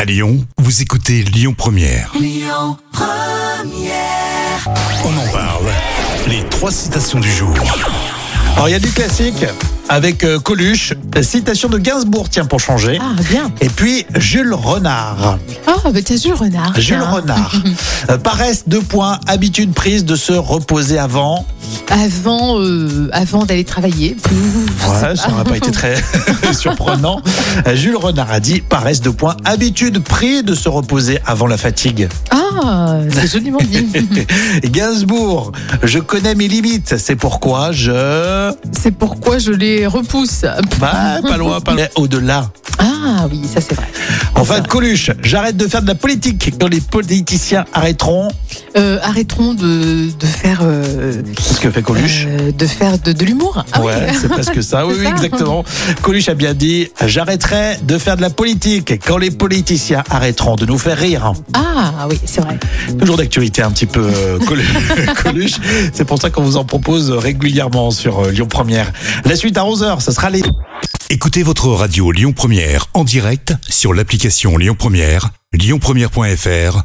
À Lyon, vous écoutez Lyon Première. On en parle. Les trois citations du jour. Alors il y a du classique avec euh, Coluche, la citation de Gainsbourg, tiens pour changer. Ah, bien. Et puis Jules Renard. Ah, bah t'as Jules Renard. Jules tiens. Renard. Euh, Paresse, deux points, habitude prise de se reposer avant. Avant, euh, avant d'aller travailler. Ouais, ça n'a pas été très surprenant. Euh, Jules Renard a dit paresse, deux points, habitude prise de se reposer avant la fatigue. Ah, c'est joliment dit. Gainsbourg, je connais mes limites, c'est pourquoi je... C'est pourquoi je les repousse. Bah, pas loin, pas loin. Mais Au-delà. Ah oui, ça c'est vrai. Enfin, Coluche, j'arrête de faire de la politique quand les politiciens arrêteront. Euh, arrêterons de, de faire euh, C'est ce que fait Coluche. euh, de faire de, de l'humour. Ah oui. ouais, c'est presque ça. Oui, C'est oui, ça. exactement. Coluche a bien dit J'arrêterai de faire de la politique quand les politiciens arrêteront de nous faire rire. Ah oui, c'est vrai. Toujours d'actualité un petit peu euh, Colu- Coluche. C'est pour ça qu'on vous en propose régulièrement sur euh, Lyon Première. La suite à 11h, ça sera les. Écoutez votre radio Lyon Première en direct sur l'application Lyon Première, lyonpremière.fr